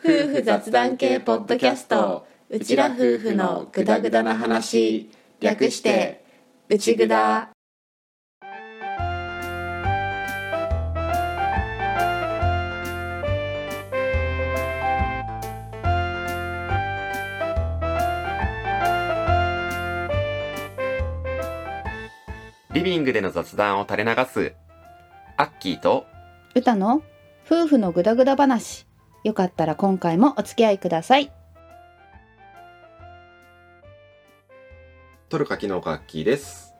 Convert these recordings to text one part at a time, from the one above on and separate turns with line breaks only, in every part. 夫婦雑談系ポッドキャストうちら夫婦のグダグダな話略してうちぐだ
リビングでの雑談を垂れ流すアッキーと
歌の夫婦のグダグダ話よかったら今回もお付き合いください
トルカキノコアッキーです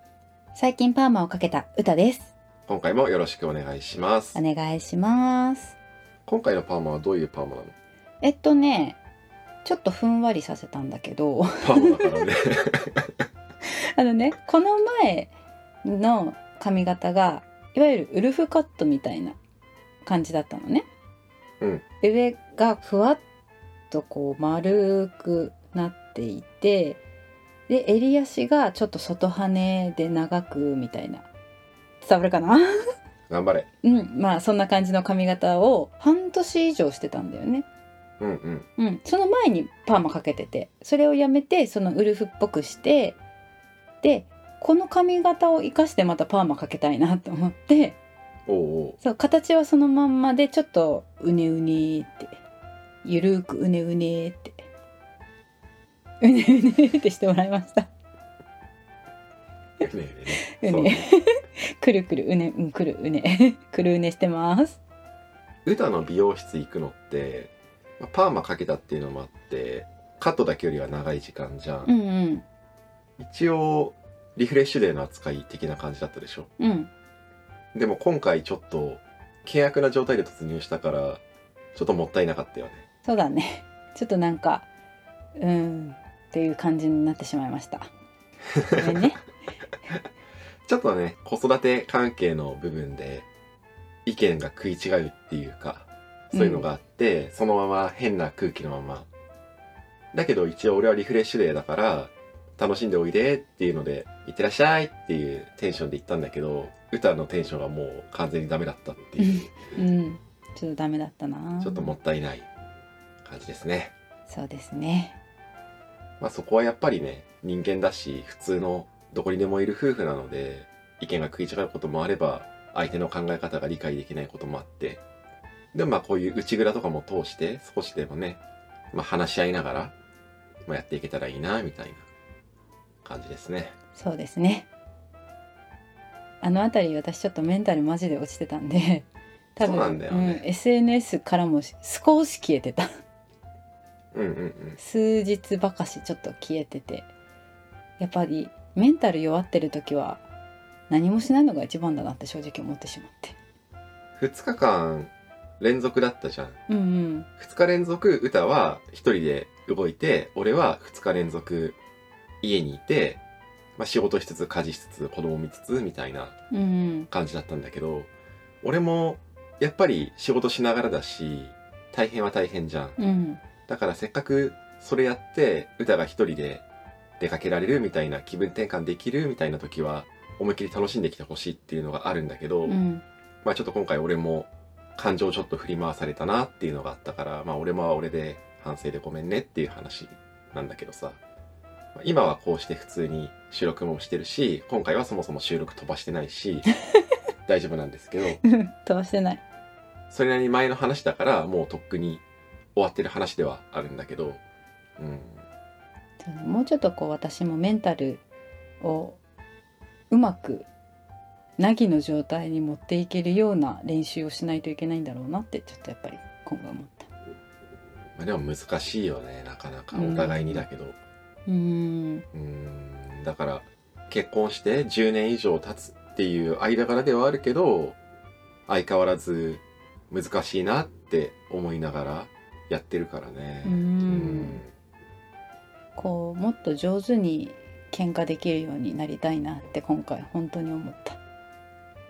最近パーマをかけた歌です
今回もよろしくお願いします
お願いします
今回のパーマはどういうパーマなの
えっとねちょっとふんわりさせたんだけど
パーマだからね
あのねこの前の髪型がいわゆるウルフカットみたいな感じだったのね、
うん
上がふわっとこう丸くなっていてで襟足がちょっと外羽で長くみたいな伝わるかな
頑張れ
うんまあそんな感じの髪型を半年以上してたんだよね
うんうん
うん、その前にパーマかけててそれをやめてそのウルフっぽくしてでこの髪型を生かしてまたパーマかけたいなと思って
おうおう
そう形はそのまんまでちょっとうねうねってゆるーくうねうねってうねうねってしてもらいました
ねえねえねえ
う
そう
ね
ね
くるくるうねうんくるうね くるうねしてます
歌の美容室行くのってまあパーマかけたっていうのもあってカットだけよりは長い時間じゃん、
うんうん
一応リフレッシュデーの扱い的な感じだったでしょ
うん
でも今回ちょっと険悪な状態で突入したからちょっともったいなかったよね
そうだね ちょっとなんかうんっていう感じになってしまいましたごめ んね
ちょっとね子育て関係の部分で意見が食い違うっていうかそういうのがあって、そのまま変な空気のままだけど一応俺はリフレッシュデーだから楽しんでおいでっていうので「いってらっしゃい」っていうテンションで行ったんだけど歌のテンションがもう完全にダメだったっていう
うん、ちょっとダメだったな。
ちょっともったいない感じですね。
そうですね。
まあそこはやっぱりね、人間だし、普通のどこにでもいる夫婦なので、意見が食い違うこともあれば、相手の考え方が理解できないこともあって、でもまあこういう内蔵とかも通して、少しでもね、まあ話し合いながら、まあやっていけたらいいな、みたいな感じですね。
そうですね。あのあたり私ちょっとメンタルマジで落ちてたんで、多 分
そうなんだよね
うん SNS からも少し消えてた。
うんうんうん。
数日ばかしちょっと消えてて、やっぱりメンタル弱ってる時は何もしないのが一番だなって正直思ってしまって。
2日間連続だったじゃん。
うんうん。
2日連続歌は1人で動いて俺は2日連続家にいて、まあ、仕事しつつ家事しつつ子供見つつみたいな
うんうん、
感じだったんだけど俺もやっぱり仕事しながらだし大変は大変じゃん
うん、
だからせっかくそれやって歌が1人で出かけられるみたいな気分転換できるみたいな時は思いっきり楽しんできてほしいっていうのがあるんだけど、
うん、
まあちょっと今回俺も感情ちょっと振り回されたなっていうのがあったから、まあ俺も俺で反省でごめんねっていう話なんだけどさ。まあ今はこうして普通に収録もしてるし、今回はそもそも収録飛ばしてないし、大丈夫なんですけど、
飛ばしてない。
それなりに前の話だからもうとっくに終わってる話ではあるんだけど、うん、
そうねもうちょっとこう私もメンタルをうまくなぎの状態に持っていけるような練習をしないといけないんだろうなってちょっとやっぱり今後思った
まあでも難しいよね、なかなかお互いにだけど。
うーん
うーんだから結婚して10年以上経つっていう間柄ではあるけど相変わらず難しいなって思いながらやってるからね。
うーんこうもっと上手に喧嘩できるようになりたいなって今回本当に思った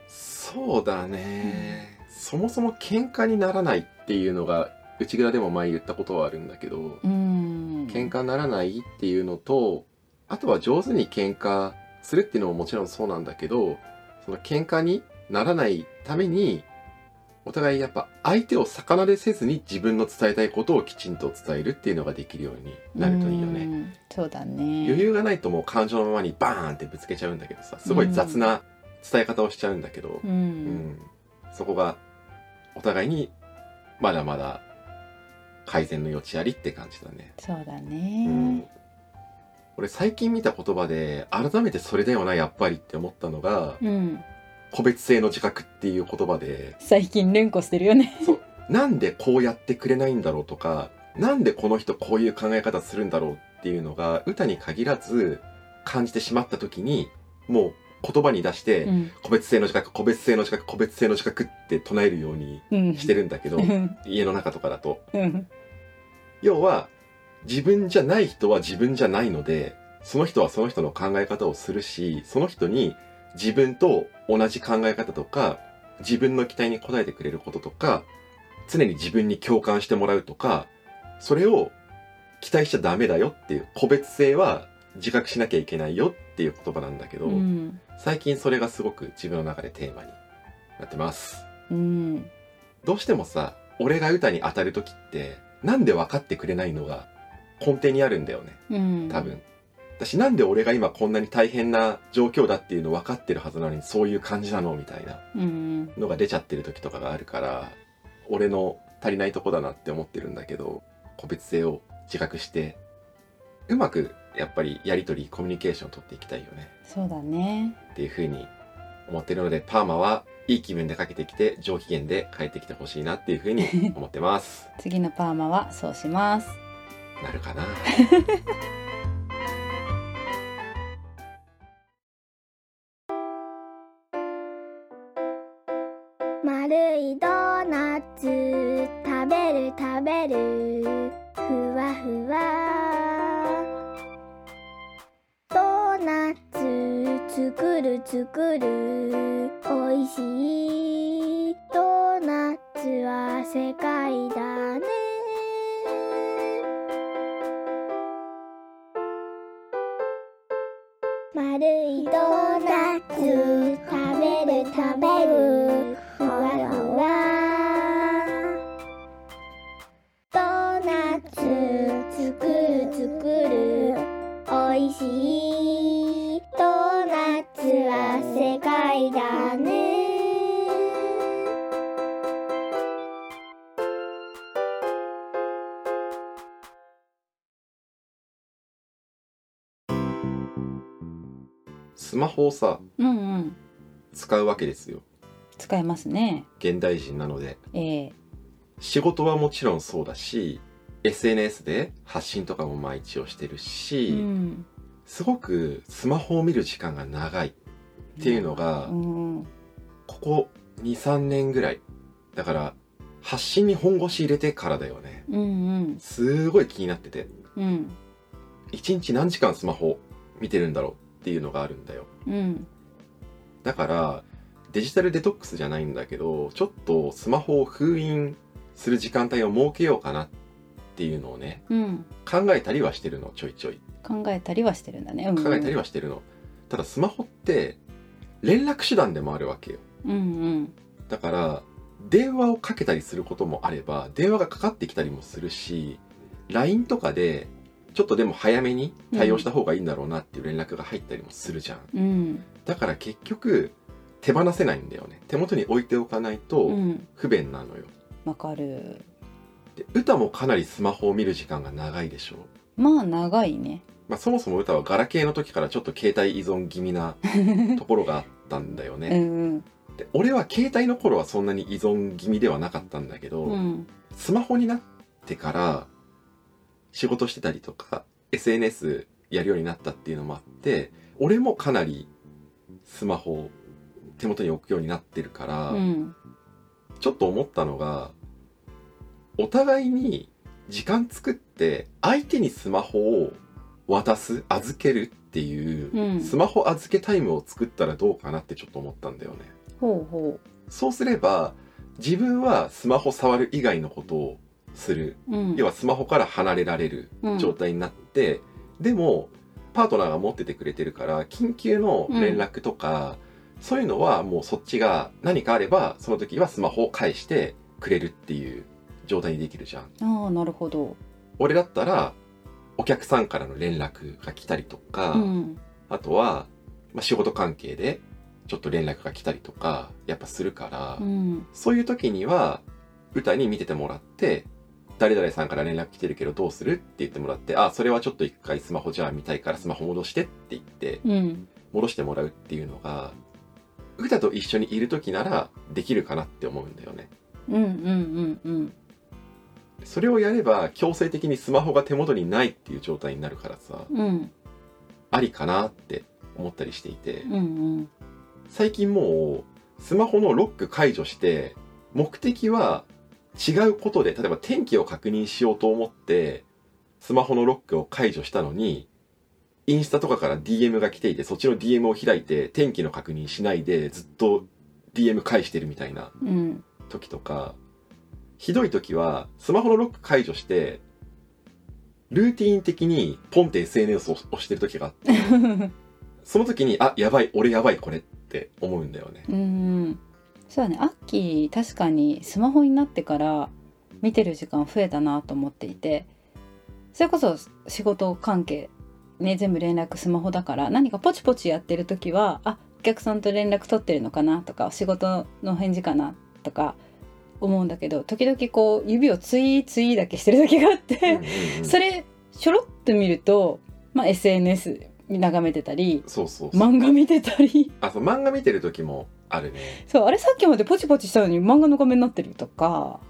そうだね、そもそも喧嘩にならないっていうのが内蔵でも前言ったことはあるんだけど、
うーん
喧嘩にならないっていうのとあとは上手に喧嘩するっていうのももちろんそうなんだけどその喧嘩にならないためにお互いやっぱ相手を逆なでせずに自分の伝えたいことをきちんと伝えるっていうのができるようになるといいよね。
ねそうだ
余
ね
裕がないともう感情のままにバーンってぶつけちゃうんだけどさすごい雑な伝え方をしちゃうんだけど、
う
うんん、そこがお互いにまだまだ改善の余地ありって感じだね。
そうだ
うん
ね
俺最近見た言葉で改めてそれだよなやっぱりって思ったのが
うん
個別性の自覚っていう言葉で
最近連呼してるよね
なんでこうやってくれないんだろうとかなんでこの人こういう考え方するんだろうっていうのが歌に限らず感じてしまった時にもう言葉に出して、
うん
個別性の自覚個別性の自覚個別性の自覚って唱えるように
うん
してるんだけ ど
うん
家の中とかだと
うん
要は自分じゃない人は自分じゃないのでその人はその人の考え方をするしその人に自分と同じ考え方とか自分の期待に応えてくれることとか常に自分に共感してもらうとかそれを期待しちゃダメだよっていう個別性は自覚しなきゃいけないよっていう言葉なんだけど、
うん
最近それがすごく自分の中でテーマになってます。
うん
どうしてもさ俺が歌に当たる時ってなんで分かってくれないのが根底にあるんだよね
うん
多分、私なんで俺が今こんなに大変な状況だっていうの分かってるはずなのにそういう感じなのみたいな
うん
のが出ちゃってる時とかがあるから俺の足りないとこだなって思ってるんだけど個別性を自覚してうまくやっぱりやり取りコミュニケーション取っていきたいよね
そうだね
っていうふうに思ってるのでパーマはいい気分でかけてきて上機嫌で帰ってきてほしいなっていうふうに 思ってます。
次のパーマはそうします
なるかな。
丸いドーナツ食べる食べるふわふわドーナツ作る作るおいしいドーナツは世界だね丸いドーナツ食べる食べるふわふわドーナツ作る作るおいしいドーナツは世界だね
スマホをさ、
うんうん
使うわけですよ。
使えますね
現代人なので。
ええ
仕事はもちろんそうだし、SNS で発信とかもまあ一応してるし、
うん
すごくスマホを見る時間が長いっていうのが、
うん
ここ2、3年ぐらい。だから、発信に本腰入れてからだよね。
うん
すごい気になってて、
うんうん
1日何時間スマホ見てるんだろうっていうのがあるんだよ。
うん
だからデジタルデトックスじゃないんだけどちょっとスマホを封印する時間帯を設けようかなっていうのをね
うん
考えたりはしてるのちょいちょい
考えたりはしてるんだね、うんうん、
考えたりはしてるの、ただスマホって連絡手段でもあるわけよ
うん
だから電話をかけたりすることもあれば電話がかかってきたりもするし LINE とかでちょっとでも早めに対応した方がいいんだろうなっていう連絡が入ったりもするじゃん、
うんうん
だから結局手放せないんだよね手元に置いておかないと、
うん
不便なのよ
わかる
で歌もかなりスマホを見る時間が長いでしょう、
まあ長いね
まあ、そもそも歌はガラケーの時からちょっと携帯依存気味なところがあったんだよ
う
ね、
ん
で俺は携帯の頃はそんなに依存気味ではなかったんだけど、
うんうん
スマホになってから仕事してたりとか SNS やるようになったっていうのもあって俺もかなりスマホを手元に置くようになってるから、
うん
ちょっと思ったのがお互いに時間作って相手にスマホを渡す預けるっていう、
うん
スマホ預けタイムを作ったらどうかなってちょっと思ったんだよね
ほうほ
そうすれば自分はスマホ触る以外のことをする
ううん
要はスマホから離れられる
うん
状態になって、でもパートナーが持っててくれてるから緊急の連絡とか、そういうのはもうそっちが何かあればその時はスマホを返してくれるっていう状態にできるじゃん。
ああなるほど、
俺だったらお客さんからの連絡が来たりとか、
うん、
あとは、まあ、仕事関係でちょっと連絡が来たりとかやっぱするから、
うん、
そういう時には歌に見ててもらって誰々さんから連絡来てるけどどうするって言ってもらってあそれはちょっと一回スマホじゃあ見たいからスマホ戻してって言って
うん、
戻してもらうっていうのが歌と一緒にいる時ならできるかなって思うんだよね。
うん、うん、うん、
それをやれば強制的にスマホが手元にないっていう状態になるからさ
うん、
ありかなって思ったりしていて
うん、うん、
最近もうスマホのロック解除して目的は違うことで例えば天気を確認しようと思ってスマホのロックを解除したのにインスタとかから DM が来ていてそっちの DM を開いて天気の確認しないでずっと DM 返してるみたいな
うん、
時とかひどい時はスマホのロック解除してルーティン的にポンって SNS を押してる時があってその時にあやばい俺やばいこれって思うんだよね
うん、そうだね。アッキー確かにスマホになってから見てる時間増えたなと思っていて、それこそ仕事関係ね全部連絡スマホだから何かポチポチやってる時はあお客さんと連絡取ってるのかなとか仕事の返事かなとか思うんだけど時々こう指をツイーツイーだけしてる時があって。
うんうんうん
それちょろっと見ると、まあ、SNS 眺めてたり
そうそうそう
漫画見てたり
あそう漫画見てる時もあるね
そうあれさっきまでポチポチしたのに漫画の画面になってるとか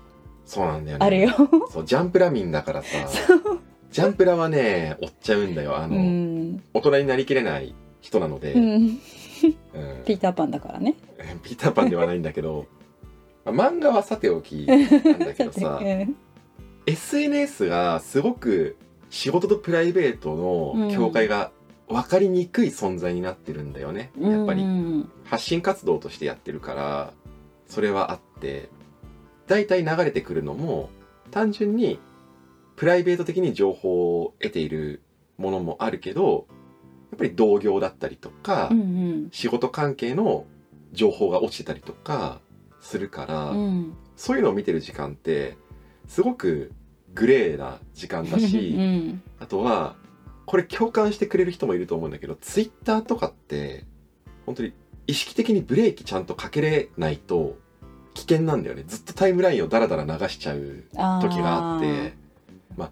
そうなんだよね
あるよ。
そうジャンプラミンだからさ
そう
ジャンプラはね追っちゃうんだよあ
う
の、
ん、
大人になりきれない人なので、
うん、
うん
ピーターパンだからね。
ピーターパンではないんだけど、まあ漫画はさておきなんだけど
さ
さ
て
SNS がすごく仕事とプライベートの境界が分かりにくい存在になってるんだよね、
うん
やっぱ
う
り
ん
発信活動としてやってるからそれはあってだいたい流れてくるのも単純にプライベート的に情報を得ているものもあるけどやっぱり同業だったりとか、
うん
仕事関係の情報が落ちてたりとかするから、
うんうん
そういうのを見てる時間ってすごくグレーな時間だ し、
うん
あとはこれ共感してくれる人もいると思うんだけどツイッターとかって本当に意識的にブレーキちゃんとかけれないと危険なんだよねずっとタイムラインをダラダラ流しちゃう
あー
時があってまあ、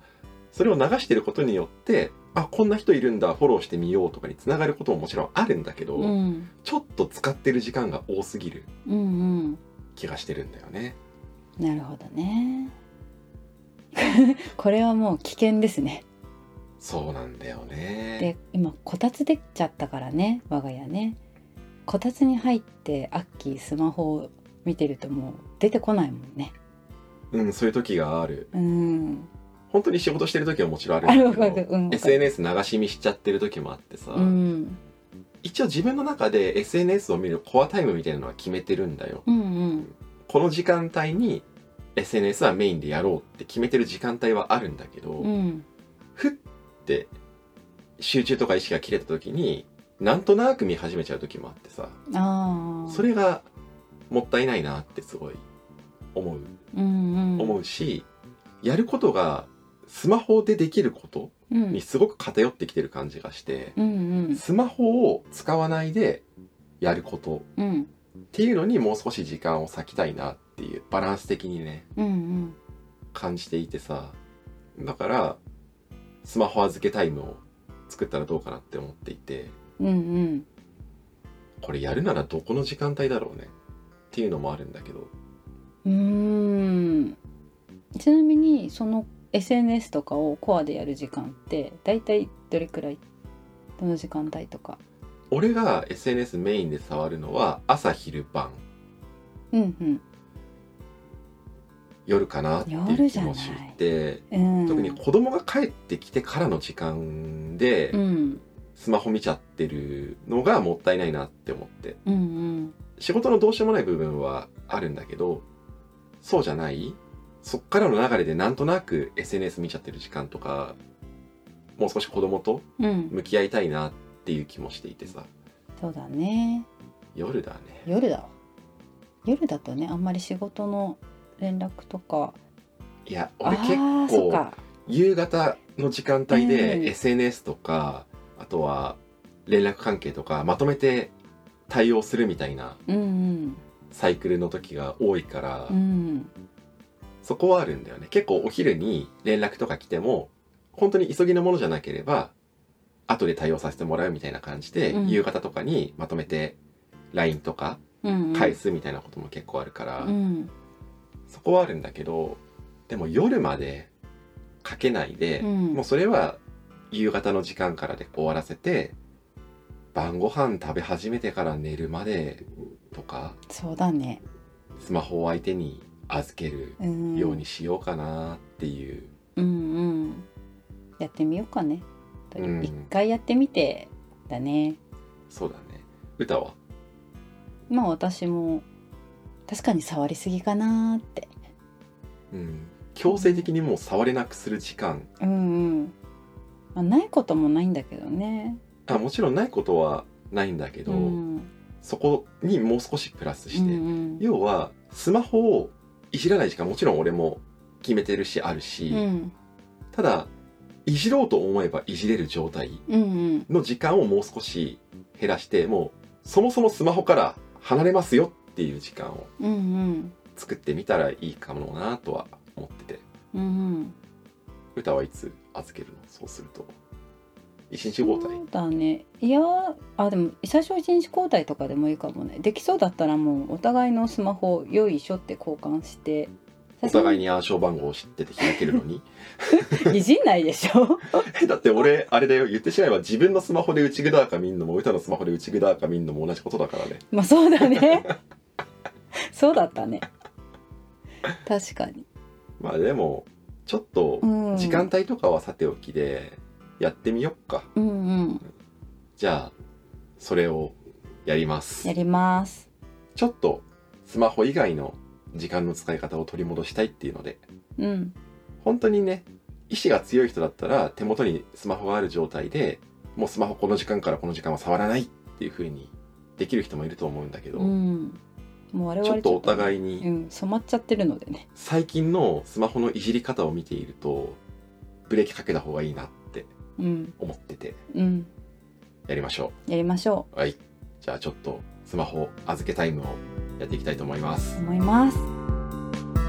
それを流してることによってあこんな人いるんだフォローしてみようとかにつながることももちろんあるんだけど、
うん
ちょっと使ってる時間が多すぎる
うんうん
気がしてるんだよね。
なるほどね これはもう危険ですね
そうなんだよね。
で今こたつできちゃったからね我が家ねこたつに入ってアッキースマホを見てるともう出てこないもんね
うん、そういう時がある。
うん
本当に仕事してる時はもちろんあ
あ
る
る
んだ
わか
け
る
ど、
うんわかる
SNS 流し見しちゃってる時もあってさ、
うん
一応自分の中で SNS を見るコアタイムみたいなのは決めてるんだよ。
うんうん
この時間帯に SNS はメインでやろうって決めてる時間帯はあるんだけど、
うん
ふって集中とか意識が切れた時になんとなく見始めちゃう時もあってさ、
ああ
それがもったいないなってすごい思う。
うんうん
思うし、やることがスマホでできること
うん
にすごく偏ってきてる感じがして、
うんうん
スマホを使わないでやること
うん
っていうのにもう少し時間を割きたいなっていうバランス的にね
うんうん
感じていてさだからスマホ預けタイムを作ったらどうかなって思っていて
うんうん
これやるならどこの時間帯だろうねっていうのもあるんだけど
うーんちなみにその SNS とかをコアでやる時間ってだいたいどれくらいどの時間帯とか
俺が SNS メインで触るのは朝昼晩
うん
夜かなっていう気もして
うんうん
特に子供が帰ってきてからの時間で
うん
スマホ見ちゃってるのがもったいないなって思って
うんうん
仕事のどうしようもない部分はあるんだけどそうじゃないそっからの流れでなんとなく SNS 見ちゃってる時間とかもう少し子供と
うん
向き合いたいなっていう気もしていてさ
そうだね
夜だね
夜だわ夜だとねあんまり仕事の連絡とか
いや
あ
俺
あ
結
ーそっ
構
か
夕方の時間帯
うん
で SNS とか、あとは連絡関係とかまとめて対応するみたいな
うん
サイクルの時が多いから、
うんうん
そこはあるんだよね結構お昼に連絡とか来ても本当に急ぎのものじゃなければ後で対応させてもらうみたいな感じで、
うん
夕方とかにまとめて LINE とか
うん
返すみたいなことも結構あるから、
うん
そこはあるんだけどでも夜までかけないで、
うん
もうそれは夕方の時間からで終わらせて晩ご飯食べ始めてから寝るまでとか
そうだね
スマホを相手に預ける
うん
ようにしようかなっていう。
うんうんやってみようかねと
うん
一回やってみてだね
そうだね。歌は
まあ私も確かに触りすぎかなーって
うん。強制的にもう触れなくする時間。
うんうん、まあ、ないこともないんだけどね
あもちろんないことはないんだけど、
うん
そこにもう少しプラスして。
うん
要は、スマホをいじらない時間もちろん俺も決めてるしあるし、
うん
ただ、いじろうと思えばいじれる状態
うんうん
の時間をもう少し減らして、もうそもそもスマホから離れますよっていう時間を
うんうん
作ってみたらいいかもなとは思ってて。
うんうん
歌はいつ預けるのそうすると一日交代
そうだねいやあでも最初は一日交代とかでもいいかもねできそうだったらもうお互いのスマホをよいしょって交換して
お互い
に
に暗証番号を知ってて開けるのに
いじんないでしょ
だって俺あれだよ言ってしまえば自分のスマホで内ぐだか見んのも歌のスマホで内ぐだか見んのも同じことだからね
まあそうだねそうだったね確かに、
まあでもちょっと
うん、
時間帯とかはさておきでやってみよっか、
うんうん
じゃあそれをやります
やります
ちょっとスマホ以外の時間の使い方を取り戻したいっていうので
うん
本当にね意志が強い人だったら手元にスマホがある状態でもうスマホこの時間からこの時間は触らないっていう風にできる人もいると思うんだけど、
うんもう我々
ちょっとお
い
互い
に、う
に
ん、染まっちゃってるのでね
最近のスマホのいじり方を見ているとブレーキかけた方がいいなって
うん
思ってて
うん
やりましょ
やりましょ
うはいじゃあちょっとスマホ預けタイムをやっていきたいと思いま
う
す
思います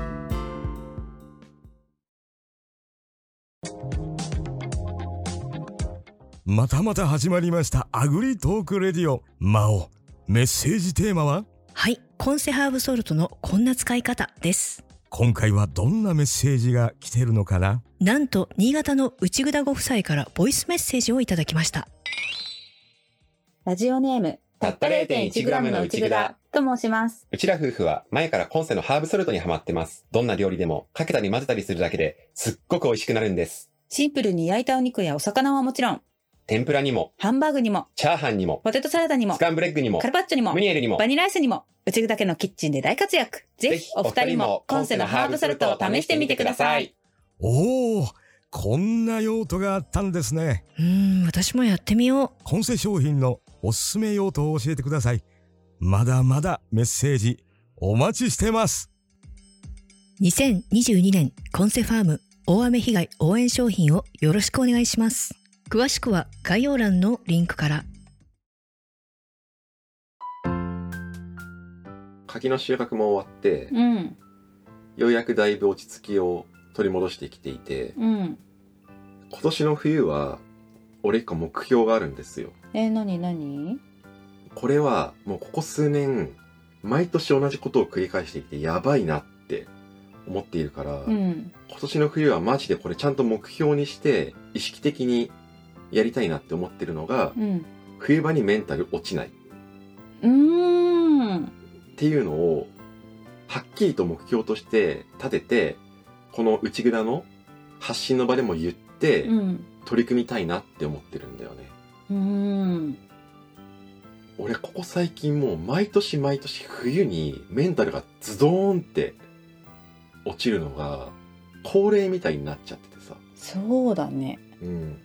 またまた始まりましたアグリトークレディオ魔王メッセージテーマは
はい、コンセハーブソルトのこんな使い方です。
今回はどんなメッセージが来てるのかな
なんと、新潟の内ぐだご夫妻からボイスメッセージをいただきました。
ラジオネーム
たった 0.1g の内蔵
と申します
うちら夫婦は前から今世のハーブソルトにハマってますどんな料理でもかけたり混ぜたりするだけですっごく美味しくなるんです
シンプルに焼いたお肉やお魚はもちろん、
天ぷらにも
ハンバーグにも、
チャーハンにも
ポテトサラダにも、
スカンブレッグにも
カルパッチョにも
ム、ニエルにも
バニラアイスにも、うちぐだけのキッチンで大活躍。ぜひお二人も、今世のハーブソルトを試してみてください。
おおこんな用途があったんですね
うーん、私もやってみよ
今世商品のおすすめ用途を教えてくださいまだまだメッセージお待ちしてます
う。2022年、コンセファーム大雨被害応援商品をよろしくお願いします。詳しくは概要欄のリンクから。
柿の収穫も終わって、
うん
ようやくだいぶ落ち着きを取り戻してきていて
うん
今年の冬は俺一個目標があるんですよ
えー、なになに
これはもうここ数年毎年同じことを繰り返してきてやばいなって思っているから、
うん
今年の冬はマジでこれちゃんと目標にして意識的にやりたいなって思ってるのが、
うん
冬場にメンタル落ちないっ
うーん
ていうのをはっきりと目標として立ててこの内蔵の発信の場でも言って、
うん
取り組みたいなって思ってるんだよね
うーん
俺ここ最近もう毎年毎年冬にメンタルがズドーンって落ちるのが恒例みたいになっちゃっててさ、
そうだね
うん、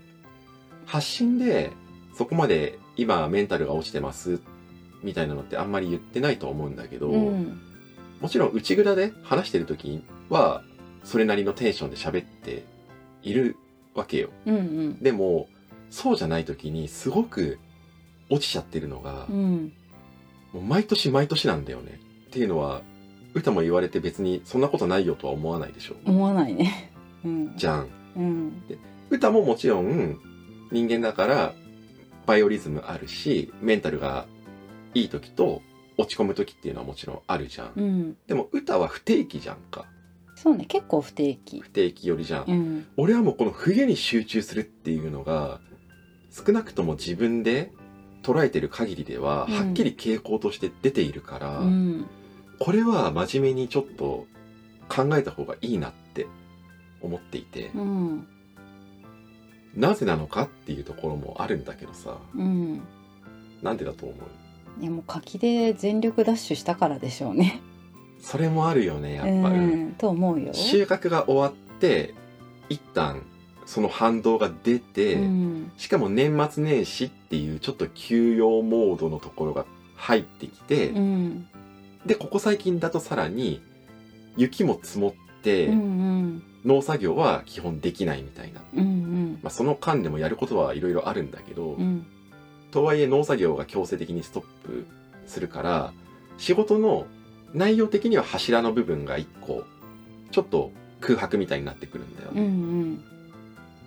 発信でそこまで今メンタルが落ちてますっみたいなのってあんまり言ってないと思うんだけど、
うん
もちろん内蔵で話してる時はそれなりのテンションで喋っているわけよ
うんうん
でもそうじゃない時にすごく落ちちゃってるのが、
うん
もう毎年毎年なんだよねっていうのは歌も言われて別にそんなことないよとは思わないでしょ
思わないねうん
じゃん
うん
歌ももちろん人間だからバイオリズムあるしメンタルがいい時と落ち込む時っていうのはもちろんあるじゃん、
うん
でも歌は不定期じゃんか
そうね結構不定期
不定期よりじゃん、
うん
俺はもうこの冬に集中するっていうのが少なくとも自分で捉えてる限りでは
うん
はっきり傾向として出ているから、
うん
これは真面目にちょっと考えた方がいいなって思っていて、
うん
なぜなのかっていうところもあるんだけどさ
うん
なんでだと思う
いやもう柿で全力ダッシュしたからでしょうね
それもあるよねやっぱ、
う
うん
んと思うよ
収穫が終わって一旦その反動が出て、
うん
しかも年末年始っていうちょっと休養モードのところが入ってきて、
うん
でここ最近だとさらに雪も積もって、
うんうん
農作業は基本できないみたいな、
うんうん
まあ、その間でもやることはいろいろあるんだけど、
うん
とはいえ農作業が強制的にストップするから仕事の内容的には柱の部分が1個ちょっと空白みたいになってくるんだよ
うんう
ね、
ん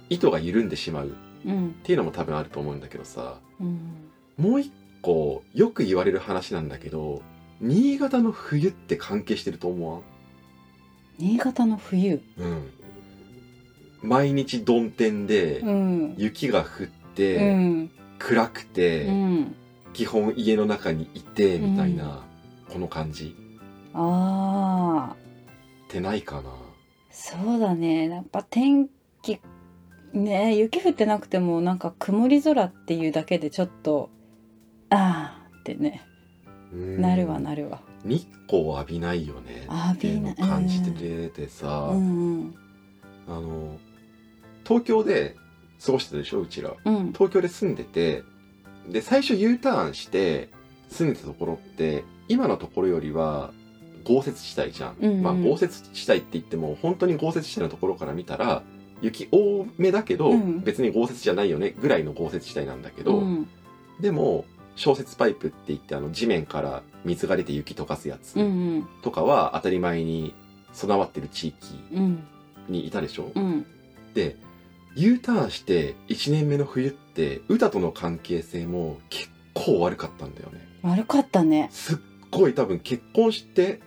糸が緩んでしまうっ
うん
ていうのも多分あると思うんだけどさ
うん
もう一個よく言われる話なんだけど新潟の冬って関係してると思わん
新潟の冬
うん毎日曇天で
うん
雪が降っ
う
て、
ん
暗くて、
うん
基本家の中にいてみたいな、この感じ
ああ
ってないかな
そうだねやっぱ天気ね雪降ってなくてもなんか曇り空っていうだけでちょっとああってね
うん
なるわなるわ
日光を浴びないよねっていうのを
浴びない
感じててさ、
うん
あの東京で過ごしてたでしょうちら
うん
東京で住んでてで最初 U ターンして住んでたところって今のところよりは豪雪地帯じゃん、
うんうん
まあ、豪雪地帯って言っても本当に豪雪地帯のところから見たら雪多めだけど、
うん
別に豪雪じゃないよねぐらいの豪雪地帯なんだけ
う
ど、
ん
でも小雪パイプって言ってあの地面から水が出て雪溶かすや
うんう
つ
ん
とかは当たり前に備わってる地域
うん
にいたでしょ、
うん
で U ターンして1年目の冬って歌との関係性も結構悪かったんだよね
悪かったね
すっごい多分結婚して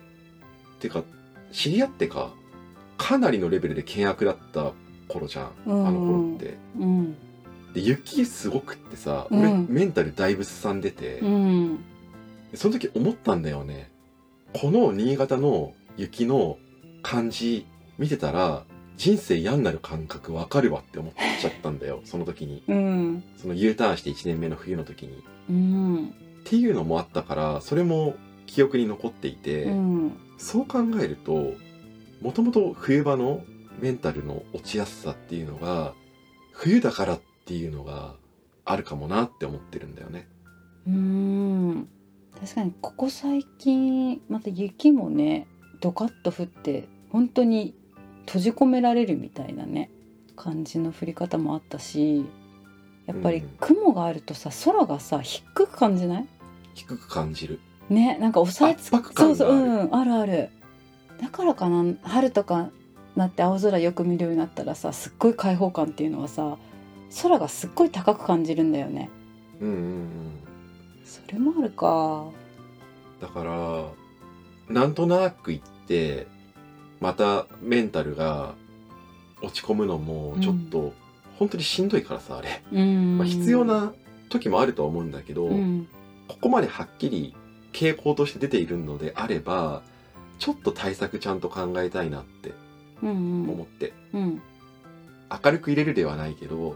ってか知り合ってかかなりのレベルで険悪だった頃じゃん、
うん
あの頃って
うん
で雪すごくってさ、
うん
俺メンタルだいぶすさんでて、
うん
でその時思ったんだよねこの新潟の雪の感じ見てたら人生嫌になる感覚わかるわって思っちゃったんだよその時に
うん
その U ターンして1年目の冬の時に
うん
っていうのもあったからそれも記憶に残っていて、
うん
そう考えるともともと冬場のメンタルの落ちやすさっていうのが冬だからっていうのがあるかもなって思ってるんだよね
うん確かにここ最近また雪もねドカッと降って本当に閉じ込められるみたいなね感じの降り方もあったしやっぱり
うん
雲があるとさ空がさ低く感じない
低く感じる
ねなんか抑えつ
圧迫
そう
感が
そ
あ
う
る
うんあるあるだからかな春とかなって青空よく見るようになったらさすっごい開放感っていうのはさ空がすっごい高く感じるんだよね
うんうんうん
それもあるか
だからなんとなく行ってまたメンタルが落ち込むのもちょっと、本当にしんどいからさあれ、
うん、
まあ、必要な時もあるとは思うんだけど、
うん
ここまではっきり傾向として出ているのであればちょっと対策ちゃんと考えたいなって
うんう
思
ん
って、
うん
明るく入れるではないけど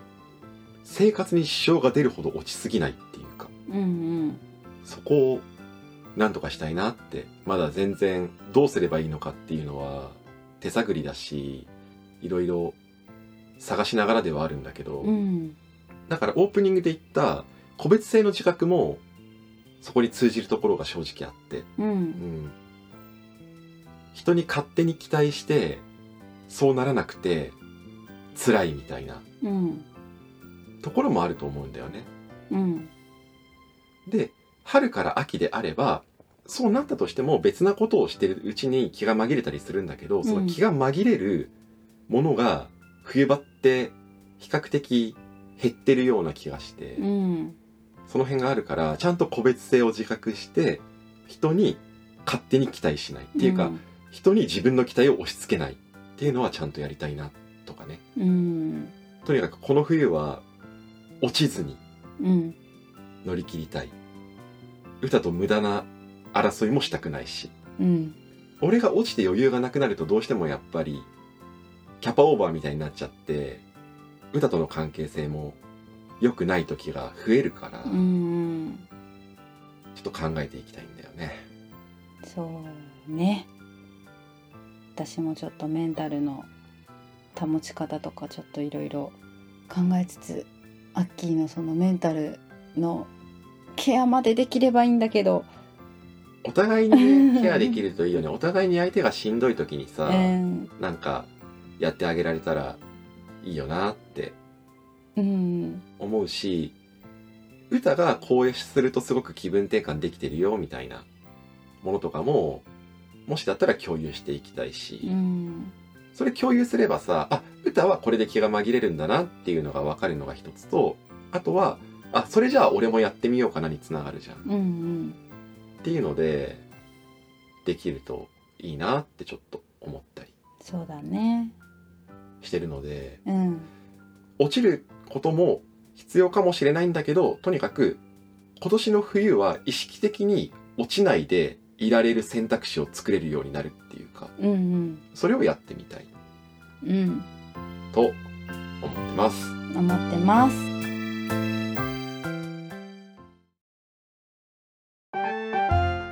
生活に支障が出るほど落ちすぎないっていうか
うん
そこをなんとかしたいなってまだ全然どうすればいいのかっていうのは手探りだしいろいろ探しながらではあるんだけど、
うんうん
だからオープニングで言った個別性の自覚もそこに通じるところが正直あって、う
う
んん、人に勝手に期待してそうならなくて辛いみたいな
うん
ところもあると思うんだよね。
うん
で春から秋であればそうなったとしても別なことをしてるうちに気が紛れたりするんだけど、その気が紛れるものが冬場って比較的減ってるような気がして、
うん
その辺があるからちゃんと個別性を自覚して人に勝手に期待しないっていうか、人に自分の期待を押し付けないっていうのはちゃんとやりたいなとかね
うん
とにかくこの冬は落ちずに
うん
乗り切りたい歌と無駄な争いもしたくないし
うん
俺が落ちて余裕がなくなるとどうしてもやっぱりキャパオーバーみたいになっちゃって歌との関係性も良くない時が増えるから、
う
ち
ん
ょっと考えていきたいんだよね
そうね私もちょっとメンタルの保ち方とかちょっといろいろ考えつつアッキーのそのメンタルのケアまでできればいいんだけど、
お互いにねケアできるといいよねお互いに相手がしんどい時に
え
さ、
ー
なんかやってあげられたらいいよなって
うん
思うし歌がこうするとすごく気分転換できてるよみたいなものとかももしだったら共有していきたいし、
うん
それ共有すればさあ歌はこれで気が紛れるんだなっていうのが分かるのが一つとあとはあそれじゃあ俺もやってみようかなにつながるじゃん、
うん
っ
うん
ていうのでできるといいなってちょっと思ったり
そうだね
してるので
うん
落ちることも必要かもしれないんだけどとにかく今年の冬は意識的に落ちないでいられる選択肢を作れるようになるっていうか
うんうん
それをやってみたい
うん
と思ってます。
思ってます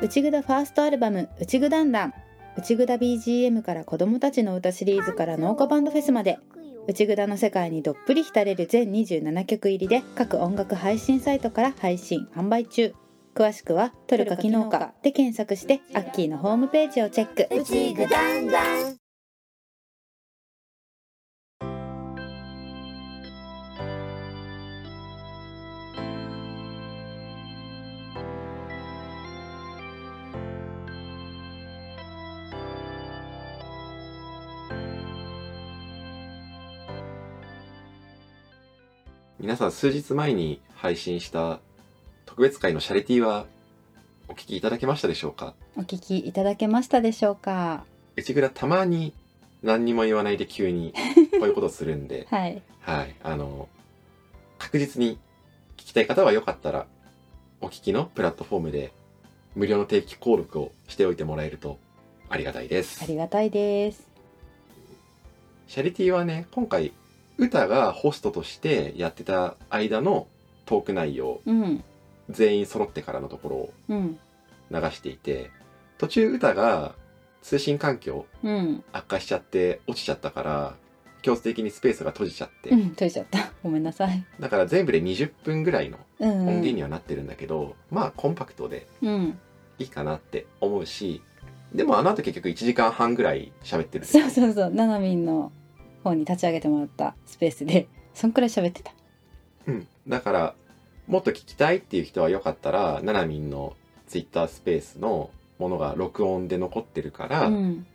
内ぐだファーストアルバム「内ぐだんだん」内ぐだ BGM から子どもたちの歌シリーズから農家バンドフェスまで内ぐだの世界にどっぷり浸れる全27曲入りで各音楽配信サイトから配信販売中詳しくは「トルカ機能か」で検索してアッキーのホームページをチェック
うちぐだんだん
皆さん数日前に配信した特別会のシャレティはお聞きいただけましたでしょうか
お聞きいただけましたでしょうか
内蔵たまに何にも言わないで急にこういうことするんで、
はい
はい、あの、確実に聞きたい方はよかったらお聞きのプラットフォームで無料の定期登録をしておいてもらえるとありがたいです
あ。りがたいです
シャリティはね、今回歌がホストとしてやってた間のトーク内容
うん
全員揃ってからのところを
うん
流していて途中歌が通信環境
うん
悪化しちゃって落ちちゃったから強制的にスペースが閉じちゃって、
うん、取れちゃった。 ごめんなさい。
だから全部で20分ぐらいの
うん、
音源にはなってるんだけど、まあコンパクトで
うん、
いいかなって思うしでもあの後結局1時間半ぐらい喋ってる
そうそうそう、ななみんの方に立ち上げてもらったスペースで、そんくらい喋ってた。
うん、だからもっと聞きたいっていう人はよかったらななみんのツイッタースペースのものが録音で残ってるから、
うん、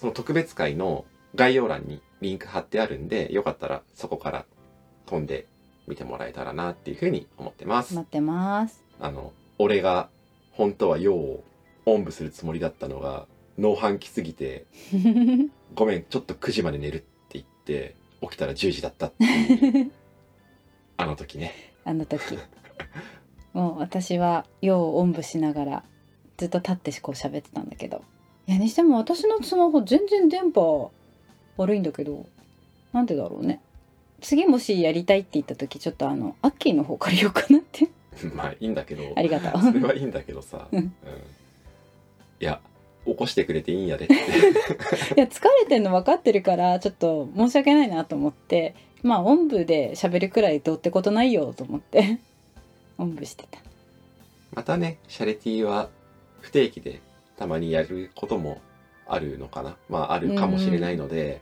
その特別会の概要欄にリンク貼ってあるんで、よかったらそこから飛んで見てもらえたらなっていうふうに思ってます。
待ってます。
あの、俺が本当は用をおんぶするつもりだったのが、脳半期すぎ て、ごめん、ちょっと9時まで寝るって言って、起きたら10時だったっていう あの時ね。
あの時。もう私はようおんぶしながら、ずっと立ってこう喋ってたんだけど。いや、にしても私のスマホ全然電波悪いんだけど、なんでだろうね。次もしやりたいって言った時、ちょっとあの、アッキーの方から言おうかなって。
まあいいんだけど
あ、りがと
そうれ。はいいんだけど さ、
うん
いや、起こしてくれていいんやでって。
いや疲れてるの分かってるからちょっと申し訳ないなと思ってまあお んぶで喋るくらいどうってことないよと思っておんぶしてた
またねシャレティは不定期でたまにやることもあるのかなまああるかもしれないので、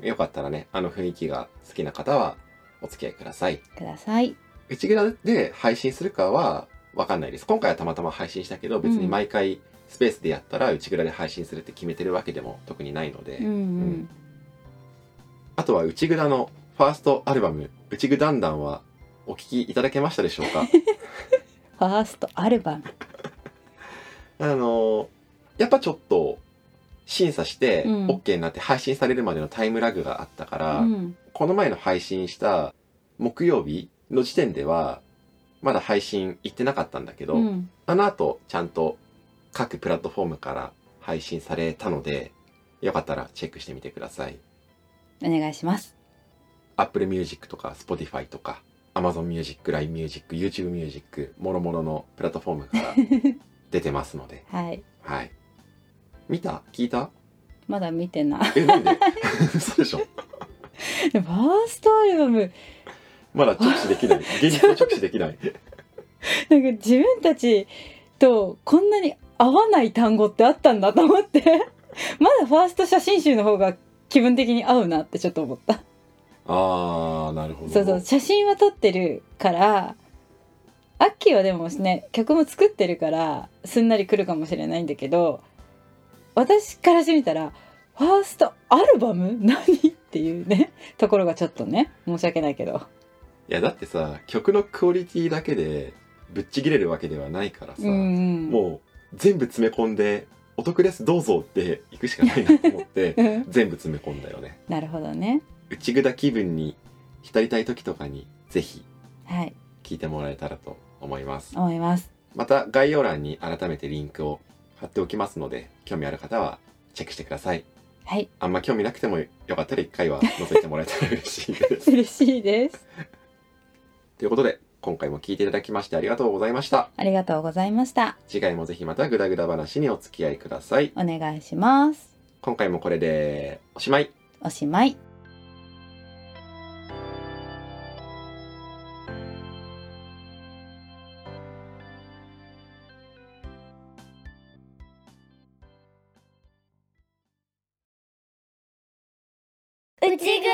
よかったらねあの雰囲気が好きな方はお付き合いください
ください。
内蔵で配信するかは分かんないです今回はたまたま配信したけど別に毎回スペースでやったら内蔵で配信するって決めてるわけでも特にないので、
うんうん。
あとは内蔵のファーストアルバム「内具だんだん」はお聴きいただけましたでしょうか
ファーストアルバム。
あのやっぱちょっと審査して
うん
OK になって配信されるまでのタイムラグがあったから、
うん。
この前の配信した木曜日の時点ではまだ配信行ってなかったんだけど、
うん。
あの後ちゃんと各プラットフォームから配信されたのでよかったらチェックしてみてください
お願いします。
Apple Music とか Spotify とか Amazon Music、LINE Music、YouTube Music もろもろのプラットフォーム から出てますので
はい。
はい見た聞いた
まだ見てない。
えなんで 嘘でしょ
ファーストアルバム。
まだ直視できない現実を直視できない
なんか自分たちとこんなに合わない単語ってあったんだと思って まだファースト写真集の方が気分的に合うなってちょっと思った
ああなるほど
そうそう写真は撮ってるからアッキーはでもね曲も作ってるからすんなりくるかもしれないんだけど私からしてみたらファーストアルバム 何っていうねところがちょっとね申し訳ないけど
いやだってさ曲のクオリティだけでぶっちぎれるわけではないからさ、
うんうん
もう全部詰め込んで「お得ですどうぞ」って行くしかないなと思って
うん
全部詰め込んだよね
なるほどね
内ぐだ気分に浸りたい時とかにぜひ
はい
聞いてもらえたらと思います
思います
また概要欄に改めてリンクを貼っておきますので興味ある方はチェックしてください
はい
あんま興味なくてもよかったら一回は覗いてもらえたら嬉しいで す
嬉しいです
ということで今回も聞いていただきましてありがとうございました
ありがとうございました。
次回もぜひまたグダグダ話にお付き合いください
お願いします。
今回もこれでおしまい
おしまい。
うちぐ